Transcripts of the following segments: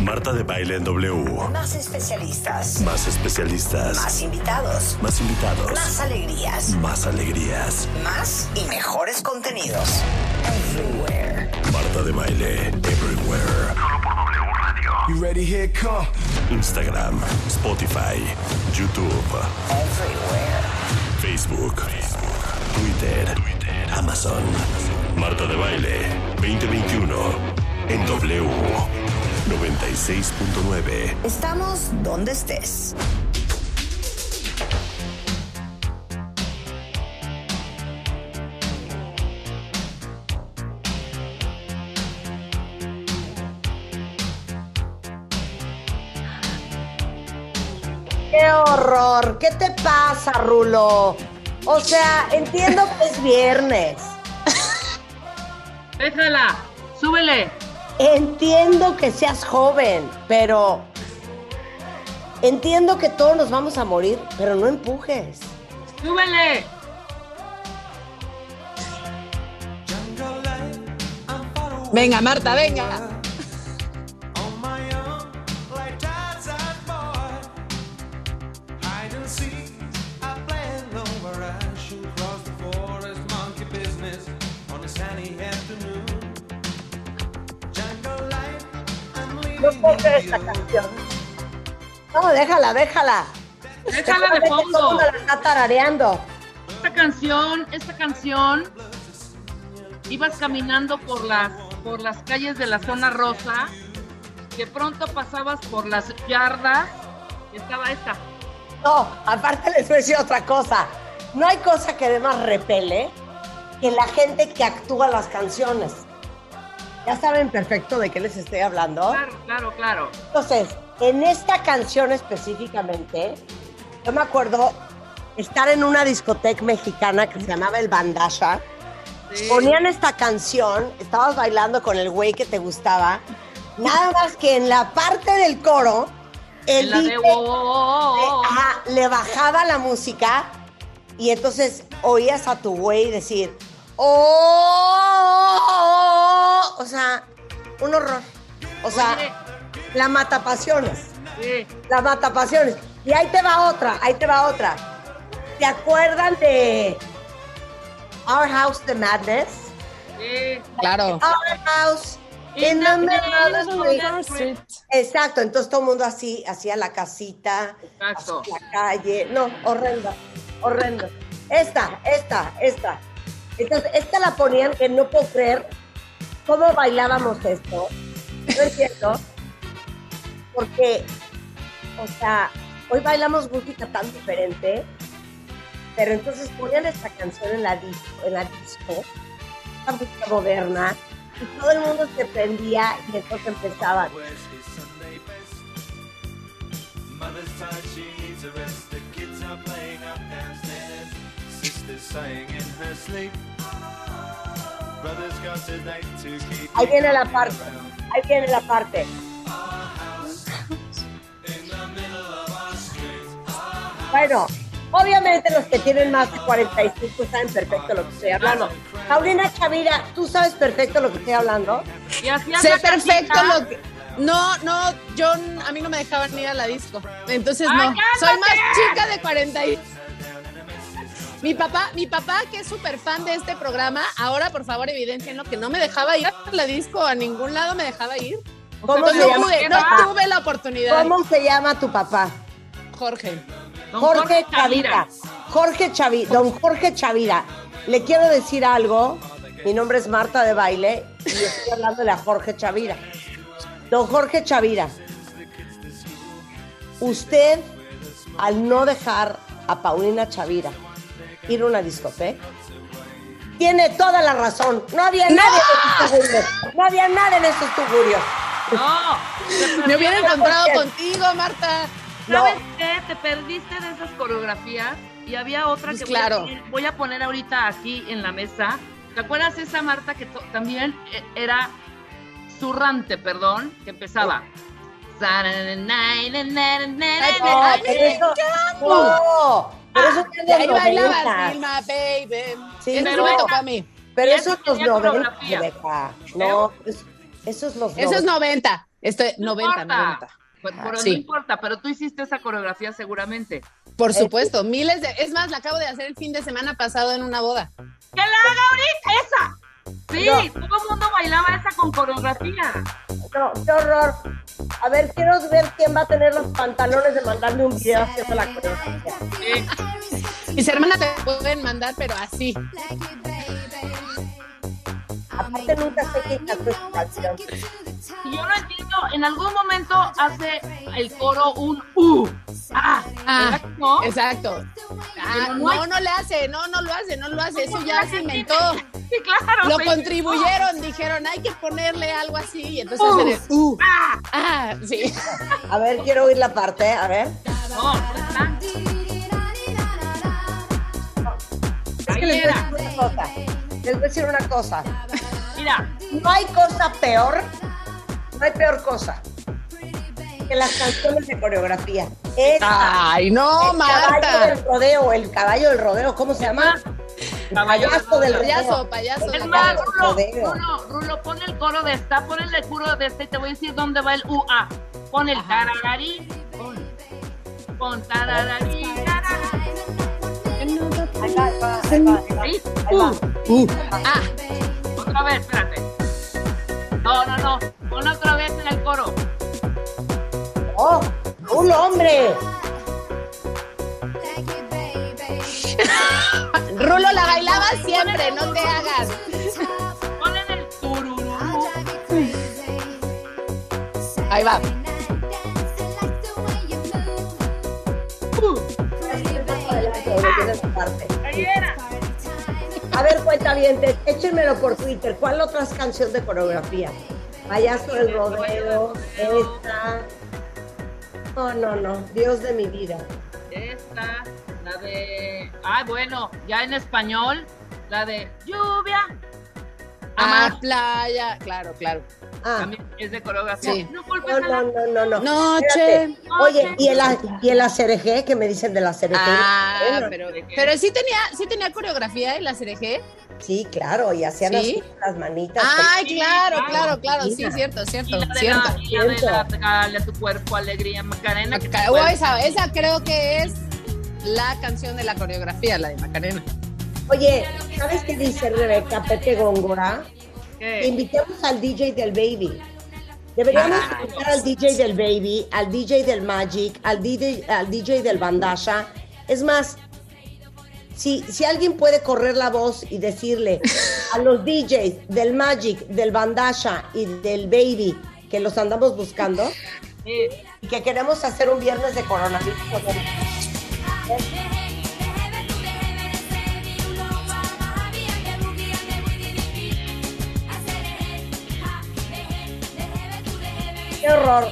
Marta de Baile en W. Más especialistas. Más especialistas. Más invitados. Más invitados. Más alegrías. Más alegrías. Más y mejores contenidos. Everywhere. Marta de Baile. Everywhere. You ready? Here it come. Instagram. Spotify. YouTube. Everywhere. Facebook. Twitter. Amazon. Marta de Baile. 2021. En W. 96.9. Estamos donde estés. ¡Qué horror! ¿Qué te pasa, Rulo? O sea, entiendo que es viernes. Déjala, súbele. Entiendo que seas joven, pero. Entiendo que todos nos vamos a morir, pero no empujes. ¡Súbele! Venga, Marta, venga. No puedo creer esta canción. No, déjala, déjala. Déjala de Seguramente todo fondo. mundo la está tarareando. Esta canción, esta canción. Ibas caminando por las, por las calles de la zona rosa. De pronto pasabas por las yardas. y Estaba esta. No, aparte les voy a decir otra cosa. No hay cosa que de más repele que la gente que actúa las canciones. Ya saben perfecto de qué les estoy hablando. Claro, claro, claro. Entonces, en esta canción específicamente, yo me acuerdo estar en una discoteca mexicana que se llamaba El Bandasha. Sí. Ponían esta canción, estabas bailando con el güey que te gustaba. Nada más que en la parte del coro, el la de DJ oh, oh, oh, oh. Ajá, le bajaba la música y entonces oías a tu güey decir, ¡Oh! oh, oh". O sea, un horror. O sea, Oye. Ah. la mata pasiones. Sí. La mata pasiones. Y ahí te va otra, ahí te va otra. ¿Te acuerdan de Our House the Madness? sí. Claro. Our House in the middle of the street. Exacto, entonces todo el mundo así, hacía la casita, Exacto. hacía la calle. No, horrendo, horrendo. Esta, esta, esta. Entonces, esta la ponían que no puedo creer cómo bailábamos esto. No es cierto. Porque, o sea, hoy bailamos música tan diferente, pero entonces ponían esta canción en la disco, en la disco, esta música moderna, y todo el mundo se prendía y entonces empezaban. Ahí viene la parte, ahí viene la parte. Bueno, obviamente los que tienen más de 45 saben perfecto lo que estoy hablando. Paulina Chavira, tú sabes perfecto lo que estoy hablando. Y hacías Sé la perfecto casita. lo que. No, no, yo n- a mí no me dejaban ir a la disco. Entonces ¡Ay, no. Soy más cálmate! chica de 40 y- Mi papá, mi papá que es súper fan de este programa, ahora por favor evidencienlo que no me dejaba ir a la disco, a ningún lado me dejaba ir. ¿Cómo No se llama? pude, no Ah. tuve la oportunidad. ¿Cómo se llama tu papá? Jorge. Don Jorge Chavira. Chavira. Jorge Chavira, don Jorge Chavira. Le quiero decir algo. Mi nombre es Marta de Baile y estoy hablando de Jorge Chavira. Don Jorge Chavira, usted al no dejar a Paulina Chavira ir a una discoteca, tiene toda la razón. No había nadie en esos tugurios. No había nadie en esos tugurios. No. Me hubiera encontrado Jorge. contigo, Marta. No. ¿Sabes qué? Te perdiste de esas coreografías y había otra Pues que claro. voy, a poner, voy a poner ahorita aquí en la mesa. ¿Te acuerdas esa Marta que to- también eh, era zurrante, perdón, que empezaba? No, Ay, pero me eso, no, pero eso es de Y ahí bailaba noventas. Vilma, baby. Sí, Eso no. me tocó a mí. Pero Y eso eso es los tenía 90, coreografía. Rebeca. No, eso, eso es los Eso es 90. 90. Este, No 90, importa. 90. Pues, Ah, pero sí. no importa, pero tú hiciste esa coreografía seguramente. Por supuesto, miles de. Es más, la acabo de hacer el fin de semana pasado en una boda. ¡Que la haga ahorita! ¡Esa! Sí, todo el mundo bailaba esa con coreografía. No, qué horror. A ver, quiero ver quién va a tener los pantalones de mandarme un video haciendo la coreografía. Sí. Mis hermanas te pueden mandar, pero así. Aparte, nunca sé quién cantó esta canción. Y yo no entiendo, en algún momento hace el coro un U. Ah, Ah, ¿verdad que no? exacto. Ah, Pero no hay- no, no le hace, no, no lo hace, no lo hace. Eso Pues la ya se gente- inventó. Sí, claro. Lo se contribuyeron, dijeron, hay que ponerle algo así. Y entonces Uh. hacen el, uh, inventó. Ah, ah, sí. A ver, quiero oír la parte, ¿eh? a ver. no, ¿verdad? Es que les Ahí voy a era. decir una cosa. Les voy a decir una cosa. Mira, No hay cosa peor, no hay peor cosa que las canciones de coreografía. Esta. Ay, no, el caballo Marta. del rodeo, el caballo del rodeo, ¿cómo se llama? El Caballo del payaso del rodeo. Payaso, payaso. es la más, cara. Rulo, Rodeo. Rulo, Rulo, pon el coro de esta, pon el de coro de esta y te voy a decir dónde va el UA. Pon el tarararí, pon, pon tarararí, tarararí, Ahí va, ahí va, ahí va, ahí va. ahí, Ahí va. Ah, otra vez, espérate. No, no, no, pon otra vez en el coro. ¡Oh! ¡Un hombre! Rulo la bailaba siempre, no te hagas. Pon en el tururú. Ahí va. Ahí era. A ver, cuentavientes, échenmelo por Twitter. ¿Cuál otra es canción de coreografía? Payaso del rodeo, esta. No, no, no. Dios de mi vida. Esta, la de. Ah, bueno, ya en español, la de lluvia. Ah, Amar, playa. Claro, claro. Ah. también es de coreografía. Sí. No No, culpes a no, la. no, no, no. Noche. Espérate. Oye, ¿y el, y el ACRG? ¿Qué me dicen del ACRG? Ah, Bueno, pero, pero sí tenía, sí tenía coreografía en la cereje. Sí, claro, y hacían ¿Sí? así con las manitas. Ay, Sí, claro, claro. claro, claro, sí, Mira. cierto, Y cierto, la de la, y cierto. la de la, Cierto. dale a tu cuerpo alegría, Macarena. que tu Maca- oh, cuerpo- esa, esa creo que es la canción de la coreografía, la de Macarena. Oye, ¿sabes qué dice Rebeca Pepe Góngora? ¿Qué? Que Invitemos al DJ del Baby. Deberíamos invitar al DJ del Baby, al DJ del Magic, al DJ, al DJ del Bandasha. Es más, si, si alguien puede correr la voz y decirle a los DJs del Magic, del Bandasha y del Baby que los andamos buscando Sí. y que queremos hacer un viernes de coronavirus. Qué horror.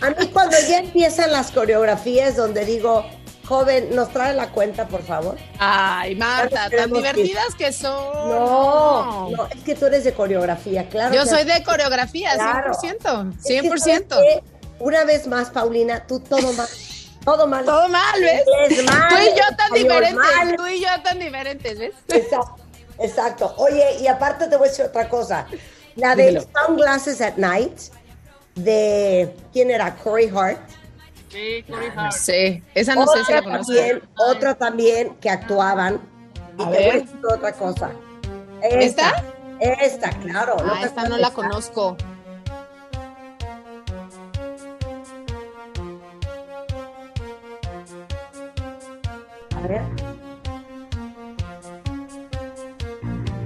A mí cuando ya empiezan las coreografías donde digo, joven, ¿nos trae la cuenta, por favor? Ay, Marta, Claro, tan queremos ir. divertidas que son. No, no, es que tú eres de coreografía, claro. Yo que- soy de coreografía, Claro. 100%, Es que, ¿sabes 100%. qué? Una vez más, Paulina, tú todo mal, todo mal. Todo mal, ¿ves? Inglés mal, Tú y yo tan español mal. diferentes, tú y yo tan diferentes, ¿ves? Exacto, exacto. Oye, y aparte te voy a decir otra cosa. La de Dímelo. Sunglasses at Night, de, ¿quién era? Corey Hart. Sí, Corey No Hart. sé, esa Ah, no sé si la conozco. también, otra también que actuaban. Y A te voy a ver. decir otra cosa. ¿Esta? Esta, claro. Ah, te esta acuerdas no de la esta? conozco. A ver.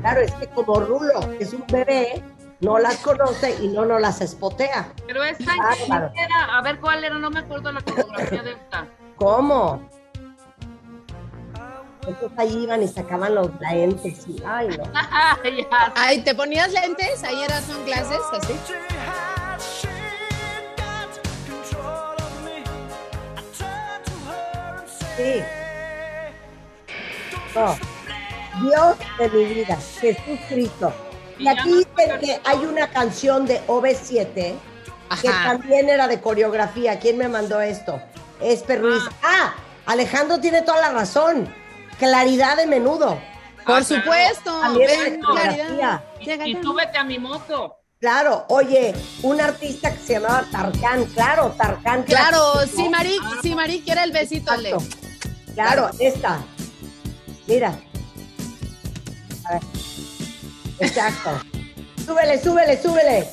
Claro, es que como Rulo es un bebé, no las conoce y no, no las espotea. Pero esta, Ah, ¿quién claro. era? A ver cuál era, no me acuerdo la coreografía de esta. ¿Cómo? Entonces ahí iban y sacaban los lentes. y, ay, no. Ya, Ay, ¿te ponías lentes? Ahí eras son clases, así. Sí. No. Dios de mi vida, Jesús Cristo. Y aquí dicen que hay una canción de OV7 que Ajá. también era de coreografía. ¿Quién me mandó esto? Es Ruiz. Ah, Alejandro tiene toda la razón. Claridad de menudo. Por Ah, claro. supuesto. También ven, hay coreografía. claridad. Y, y tú vete a mi moto. Claro, oye, un artista que se llamaba Tarkan, claro, Tarkan. que era- Claro, si Marí, si Marí quiere el besito, Ale. Exacto. Claro, esta. Mira. A ver. Exacto. súbele, súbele, súbele.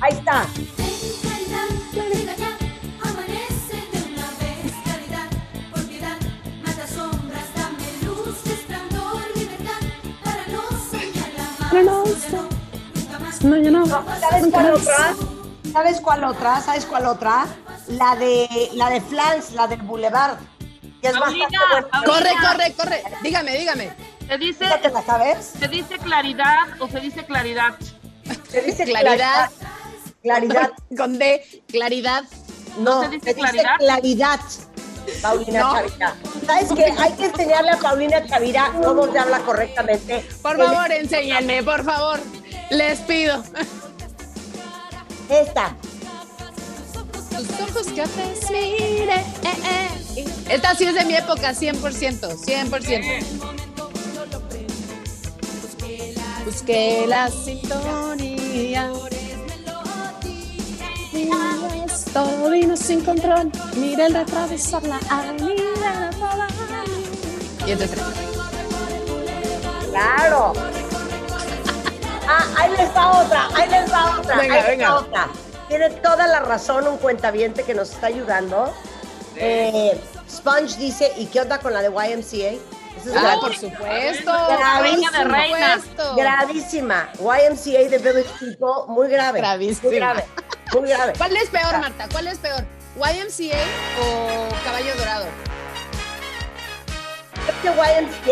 Ahí está. Feliz Navidad, llega ya, amanece de una vez caridad, por piedad, mata sombras, dame luz, resplandor, libertad, para no soñar la más, no, nunca más, no, yo no, ¿Sabes cuál otra? ¿Sabes cuál otra? ¿Sabes cuál otra? La de la de Flans, la del Boulevard. Que es Paulina, bastante buena. Paulina. Corre, corre, corre. Dígame, dígame. Se dice, ¿Esa te la sabes? se dice claridad o se dice claridad. Se dice Claridad. Claridad. Con D, claridad. No, se dice se dice claridad? claridad. Paulina No. Chavira. ¿Sabes qué? Hay que enseñarle a Paulina Chavira cómo se habla correctamente. Por favor, enséñenme, por favor. Les pido. Esta. Tus ojos cafés, mire. eh, eh. Esta sí es de mi época, 100%, 100%. Eh. Busqué la sintonía. Y es todo vino sin control. Mira el atravesar la avenida. Y entonces, Claro. Ah, ahí les va otra, ahí les va otra, Venga, ahí les venga. va otra. Tiene toda la razón un cuentaviente que nos está ayudando. Eh, Sponge dice, ¿y qué onda con la de YMCA? Esa es ah, la- por supuesto. Reina de por reinas. supuesto. gravísima. YMCA de Village People, muy grave. Gravísima. Muy grave, muy grave. ¿Cuál es peor, Marta? ¿Cuál es peor? ¿YMCA o Caballo Dorado? Este Es que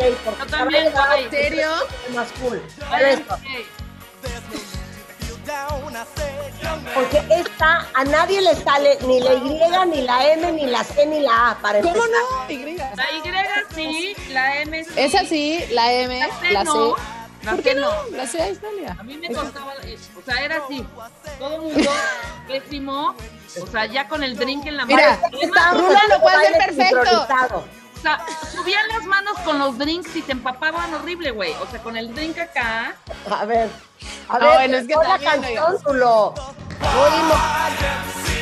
YMCA, porque Yo Caballo también, Dorado güey. ¿En serio? es más cool. Pero Ay, esto, sí. porque esta a nadie le sale ni la Y, ni la M, ni la C, ni la A. Para ¿Cómo empezar. no? Y. La Y sí, la M sí. Es así, la M, La C la C. no. La ¿Por qué C no? no. La C es válida. A mí me costaba, eh, o sea, era así. Todo el mundo pésimo, o sea, ya con el drink en la mano. Mira, Además, Rula lo puede hacer Baile perfecto. sincronizado. o sea, subían las manos con los drinks y te empapaban horrible, güey. O sea, con el drink acá. A ver. A Ah, ver, bueno, es que pon la también, oiga. canción, Zulo. Oímos.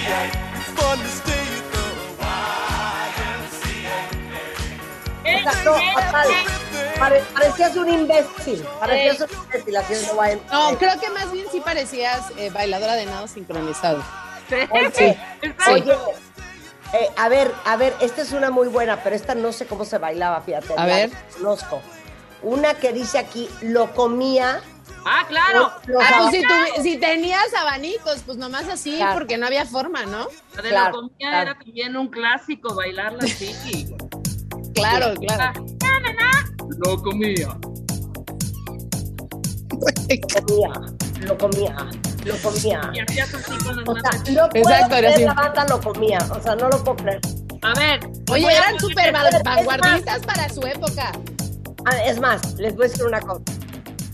¡Eh, O sea, no, eh, fatal. eh! Pare- parecías un imbécil. Parecías un imbécil haciendo YMCA. No, creo que más bien sí parecías eh, bailadora de nado sincronizado. Sí, está Oye, bien. eh, a ver, a ver, esta es una muy buena, pero esta no sé cómo se bailaba, fíjate. la A ver. Conozco. Una que dice aquí, lo comía. Ah, claro. Los- los ah, pues si, abanicos. tuvi- si tenías abanicos, pues nomás así, Claro. porque no había forma, ¿no? La de la claro, comida claro. era también un clásico, bailarla así. Claro, Ah, claro. na, na, na. Lo comía. Lo comía, lo comía, lo comía. Y hacías así con las O sea, manos. no puedo Exacto, era creer así. la banda lo comía. O sea, no lo puedo creer. A ver. voy Oye, a eran poner- súper es más- vanguardistas para su época. Ah, es más, les voy a decir una cosa.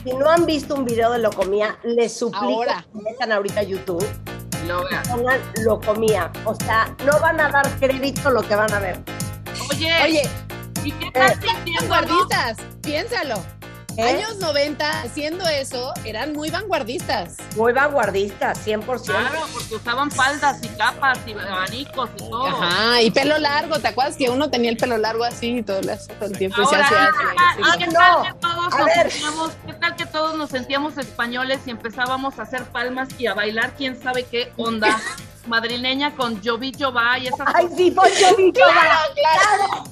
Si no han visto un video de lo comía, les suplico Ahora. que metan ahorita a YouTube. Lo veas. pongan lo comía. O sea, no van a dar crédito lo que van a ver. Oye, Oye, ¿y qué estás eran sintiendo? no? vanguardistas, piénsalo. ¿Eh? Años 90, haciendo eso, eran muy vanguardistas. Muy vanguardista, 100%. Claro, porque usaban faldas y capas y abanicos y Oh. todo. Ajá, y pelo largo, ¿te acuerdas que uno tenía el pelo largo así y todo el, todo el tiempo y se Ahora, hacía así? ah, Pues sí, ¿qué, sí. tal Ah, que no. todos A nos ver. sentíamos, ¿Qué tal que todos nos sentíamos españoles y empezábamos a hacer palmas y a bailar quién sabe qué onda madrileña con Jovi Jová y esas Ay, cosas? sí, pues, Poncho Vico. Claro, claro.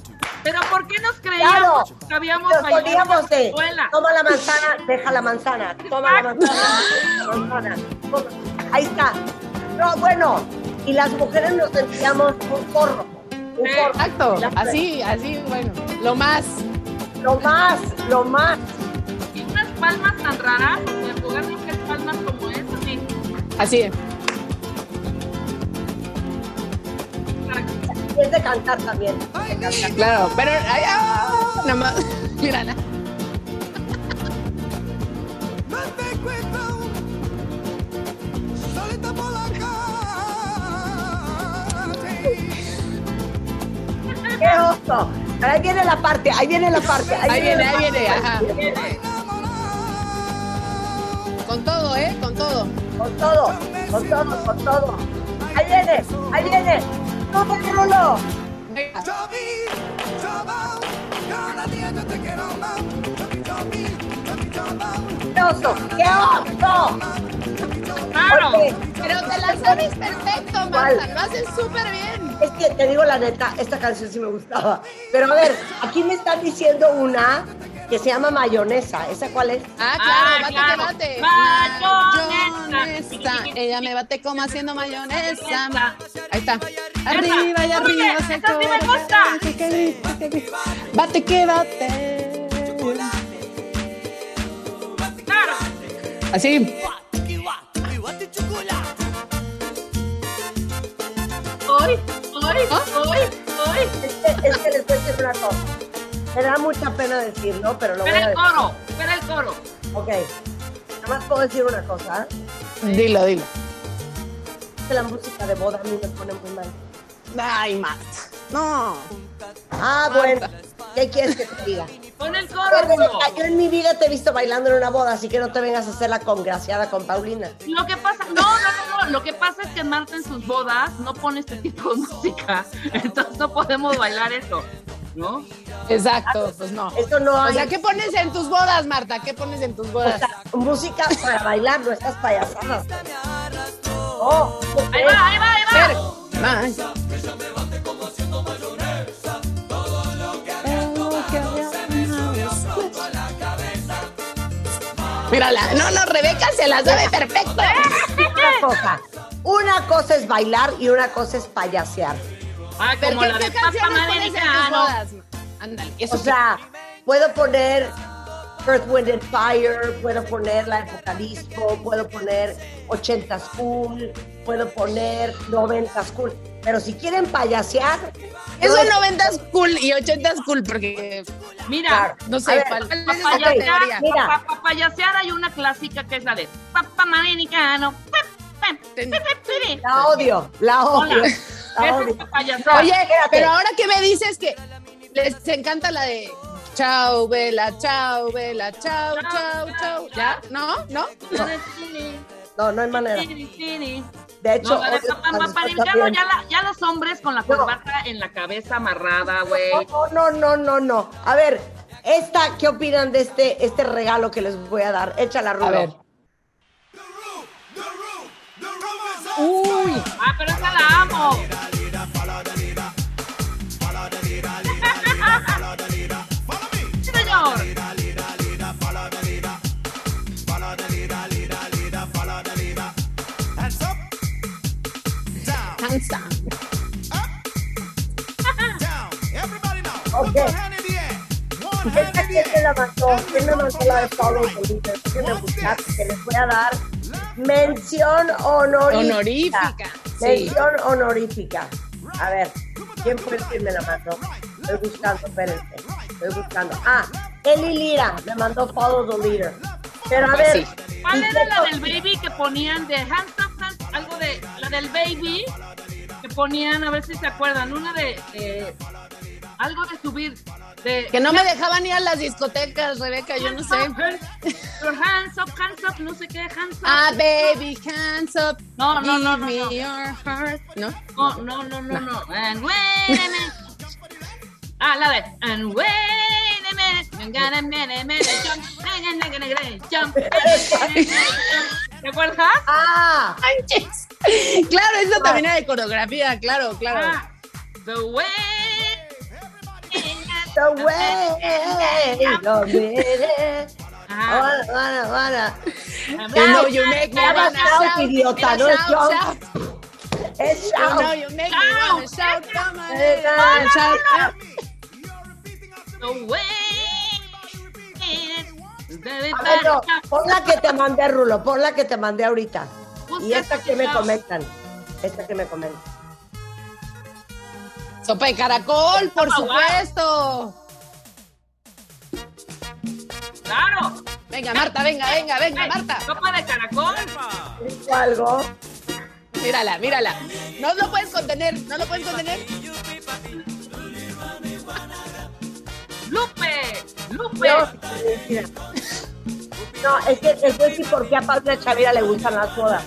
Pero ¿por qué nos creíamos Claro. que habíamos Nos bailado poníamos en la de, escuela? toma la manzana, deja la manzana, toma la manzana, deja la manzana. Toma. Ahí está. No, bueno, y las mujeres nos sentíamos un corro. Un Sí. corro. Exacto, Las- así, así, bueno, lo más. Lo más, lo más. Y unas palmas tan raras, o sea, en lugar de unas palmas como esas, sí. Así, Y es de cantar también. claro, pero ay, ah, nada más, mira, na- ¡Qué oso! Pero ahí viene la parte, ahí viene la parte. ahí viene, la ahí viene, parte. ajá. Ahí viene. Con todo, ¿eh? Con todo. Con todo, con todo, con todo. Ahí viene, ahí viene. ¡Súper Rulo! ¡Qué oso! ¡Qué oso! Claro. Oye, Pero te la sabes perfecto, Marta. Lo haces súper bien. Es que te digo la neta, esta canción sí me gustaba. Pero a ver, aquí me están diciendo una que se llama mayonesa. ¿Esa cuál es? Ah, claro, Ah, bate claro. que bate. Mayonesa. Mayonesa. Ella me bate como haciendo mayonesa. Mayonesa. Ahí está. Arriba y Esa. arriba. Oye, se esa sí me corre. gusta. Bate que grita, que grita. Bate que bate. Claro. Así. Hoy, hoy, ¿Ah? hoy, hoy. Es que, es que les voy a decir una cosa. Me da mucha pena decirlo, pero lo voy Espera a el decir. coro, espera el coro. Ok. Nada más puedo decir una cosa. ¿eh? Dilo, dilo. Es que la música de boda a mí me pone muy mal. Ay, Marta. No. Ah, bueno. ¿Qué quieres que te diga? Pon el Pero, coro. Rebeca, yo en mi vida te he visto bailando en una boda, así que no te vengas a hacer la congraciada con Paulina. Lo que pasa, no, no, no, no, lo que pasa es que Marta en sus bodas no pone este tipo de música, entonces no podemos bailar eso, ¿no? Exacto, Ah, pues no. Esto no O hay sea, ¿qué pones en tus bodas, Marta? ¿Qué pones en tus o bodas? sea, música para bailar, no estas payasadas. Oh, Ahí va, ahí va, ahí va. Ver. Más. Mírala, no, no, Rebeca se la sabe perfecto. una cosa. Una cosa es bailar y una cosa es payasear. Ah, Pero como ¿qué, la qué de Papa ah, canciones pones en tus Americano. bodas? Ándale, eso O sea, puedo poner Earth, Wind and Fire, puedo poner la época disco, puedo poner 80s cool, puedo poner 90s cool. Pero si quieren payasear, sí. Eso no es 90s cool y 80s cool, porque Mira, no A sé ver, cuál. cuál es esa papayasear, categoría. Mira. pa- pa- payasear hay una clásica que es la de Papa Americano. Pe- pe- pe- pe- pe- la odio, la odio. Hola. La Esa es odio. papayasear. Oye, espérate. pero ahora que me dices que les encanta la de chau, vela, chau, vela, chau, chau, chau. ¿Ya? ¿No? ¿No? No, no hay manera. De hecho, No, la de odio papá, cuando papá, está ya, no, bien. ya, la- ya los hombres con la corbata en la cabeza amarrada, güey. No, no, no, no, no. A ver, esta, ¿qué opinan de este, este regalo que les voy a dar? Échala, Rulo. A ver. Uy, Ah, pero esa la amo. Sí, señor. cansa. Esta que se la mandó, ¿quién me mandó la de Pablo Bolívar? Que me gusta, que les voy a dar mención honorífica. Honorífica, sí. Mención honorífica. A ver, ¿quién fue el que me la mandó? Estoy buscando, espérense. Estoy buscando. Ah, Eli Lira me mandó Follow the Leader. Pero a Pues ver. ¿Cuál era la del baby que ponían de Hands Up, Hands Algo de la del baby que ponían, a ver si se acuerdan, una de eh, algo de subir. De, Que no me dejaban ir a las discotecas, Rebeca, yo no sé. Hands up, your hands up, hands up, no sé qué, hands up. Ah, baby, hands up. No, no, no, no, give no. me your heart. ¿No? No, no, no, no, no. And wait a minute. Ah, la de. And wait a minute. I'm gonna minute, minute, jump. Na, na, na, na, na, jump. Na, na, na, na, jump. ¿Te acuerdas? Ah, Manches. Claro, eso también era de coreografía, claro, claro. Ah, the way. the way. you did it. Ah, Wanna, wanna, wanna. Oh, You know you make me Era wanna shout, shout, idiota, era no es shout, shout. shout. Es You shout. know you make me wanna shout, come on, Eh, come on, shout. The way. Ah, A ver, no, pon la que te mandé, Rulo, pon la que te mandé ahorita. Busca Y esta que me escuchar. comentan. Esta que me comentan. Sopa de caracol, por Sopa, guau. supuesto. Claro. Venga, Marta, venga, venga, venga, Ey, Marta. Sopa de caracol. ¿Dijo algo? Mírala, mírala. No lo puedes contener, no lo puedes contener. Lupe. Lupe. No, mira. No, es que es decir por qué a Paula Chavira le gustan las bodas.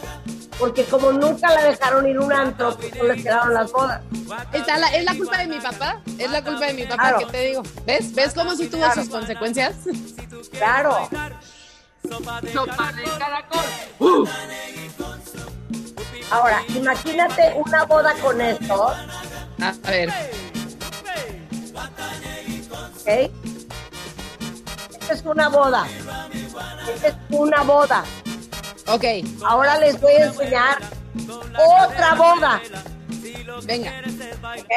Porque como nunca la dejaron ir a un antro, pues no les quedaron las bodas. Está la- es la culpa de mi papá, es la culpa de mi papá, Claro. que te digo. ¿Ves? ¿Ves cómo sí tuvo sus consecuencias? Claro. Sopa de caracol. Ahora, imagínate una boda con esto, A a ver, ¿ok? Esta es una boda. Esta es una boda. ok, Ahora les voy a enseñar otra boda, venga. ¿ok?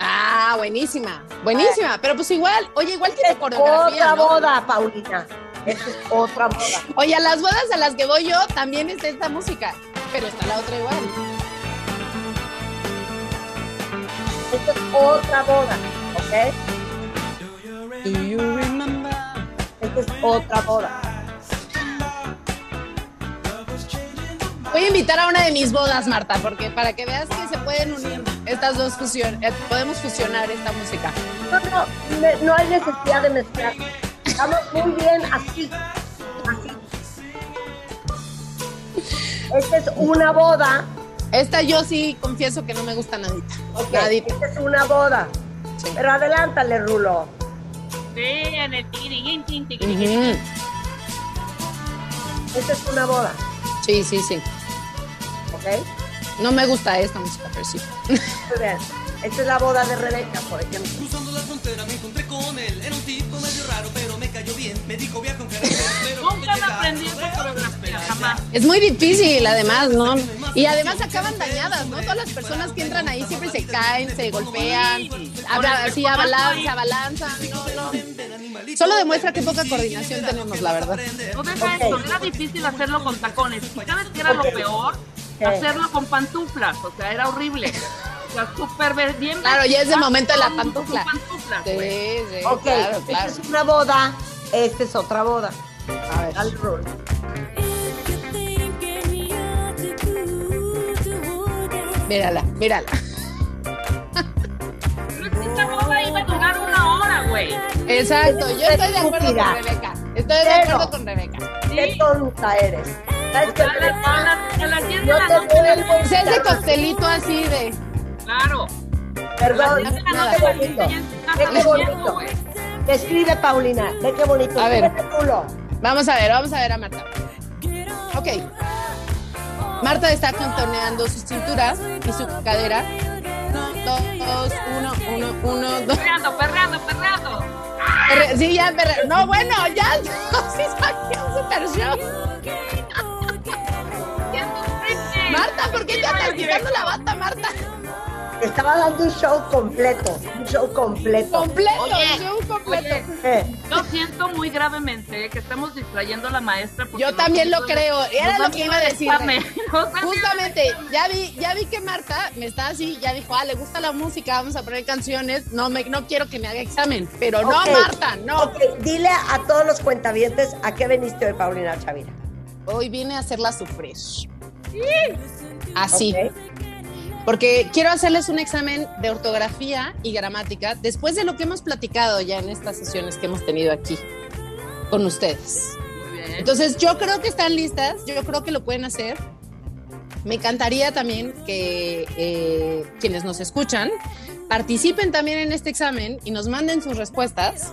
Ah, buenísima, buenísima. Pero pues igual, oye, igual tiene coreografía, Otra ¿no? boda, Paulina. Esta es otra boda. Oye, a las bodas a las que voy yo también está esta música, pero está la otra igual. Esta es otra boda, ¿ok? Esta es otra boda. Voy a invitar a una de mis bodas, Marta, porque para que veas que se pueden unir estas dos fusiones, podemos fusionar esta música. No, no, me- no hay necesidad de mezclar. Estamos muy bien así, así. Esta es una boda, Esta yo sí confieso que no me gusta nadita. ¿ok? Nadita. Esta es una boda. Sí. Pero adelántale, Rulo. Sí, en el tigrirín, tin, tigrirín. Ujú. Esta es una boda, Sí, sí, sí. ¿ok? No me gusta esta música, pero sí. Muy bien. Esta es la boda de Rebeca, por ejemplo. Cruzando la frontera me encontré con él. Era un tipo medio raro, pero me cayó bien. Me dijo viaja con carácter, pero ¿dónde Nunca me llegaste? aprendí esa coreografía, jamás. Es muy difícil, además, ¿no? Y además acaban dañadas, ¿no? Todas las personas que entran ahí siempre se caen, se golpean, habla- así abalanza, abalanza. No, no. Solo demuestra qué poca coordinación tenemos, la verdad. No deja eso, era difícil hacerlo con tacones. ¿Y sabes qué era lo peor? ¿Qué? Hacerlo con pantuflas, o sea, era horrible. O sea, súper be- bien. Claro, ya es el vestida, momento de la con- con pantufla. pantuflas, Sí, güey. sí, Ok, claro, claro. esta es una boda, esta es otra boda. A ver. Dale, Rulo. Mírala, mírala. Pero es que esta boda iba a durar una hora, güey. Exacto, yo estoy de acuerdo Estúpida. con Rebeca. Estoy de Cero. acuerdo con Rebeca. Qué Sí. tonta eres. ¿Sabes qué? A las- a las- a las 10 de Yo la te noche, vuelvo a O sea, ese invitar. costelito así de. Claro. Perdón, No, ve nada. qué bonito. Ve qué bonito. güey. Describe, Paulina. Ve qué bonito. A ver. Ve qué culo. Vamos a ver, vamos a ver a Marta. Ok. Marta está contorneando su cintura y su cadera. Uno, dos, uno, uno, uno, dos. Perreando, perreando, perreando. Perre- Sí, ya, perre- No, bueno, ya. Sí, saqué un super show. Marta, ¿por qué te andas quitando la bata, Marta? Estaba dando un show completo. Un show completo. Completo, Oye, el show completo. oye. Eh, Yo siento muy gravemente que estamos distrayendo a la maestra. porque Yo también lo nos- creo. Era nos lo han que iba a decir. Pame, nos han- Justamente, ya vi, ya vi que Marta me está así, ya dijo, ah, le gusta la música, vamos a poner canciones, no me, no quiero que me haga examen, pero no, ok. Marta, no. Ok, dile a todos los cuentavientes a qué veniste hoy, Paulina Chavira. Hoy vine a hacerla sufrir. Así. Ok. Porque quiero hacerles un examen de ortografía y gramática después de lo que hemos platicado ya en estas sesiones que hemos tenido aquí con ustedes. Muy bien. Entonces, yo creo que están listas, yo creo que lo pueden hacer. Me encantaría también que eh, quienes nos escuchan participen también en este examen y nos manden sus respuestas,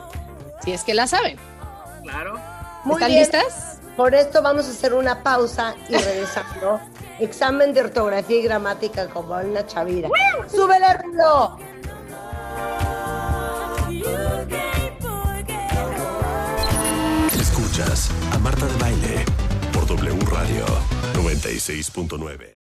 si es que las saben. Claro. Muy ¿Están bien. listas? Por esto vamos a hacer una pausa y regresando. Examen de ortografía y gramática con Paulina Chavira. ¡Súbele, Rulo! Escuchas a Marta de Baile por W Radio 96.9.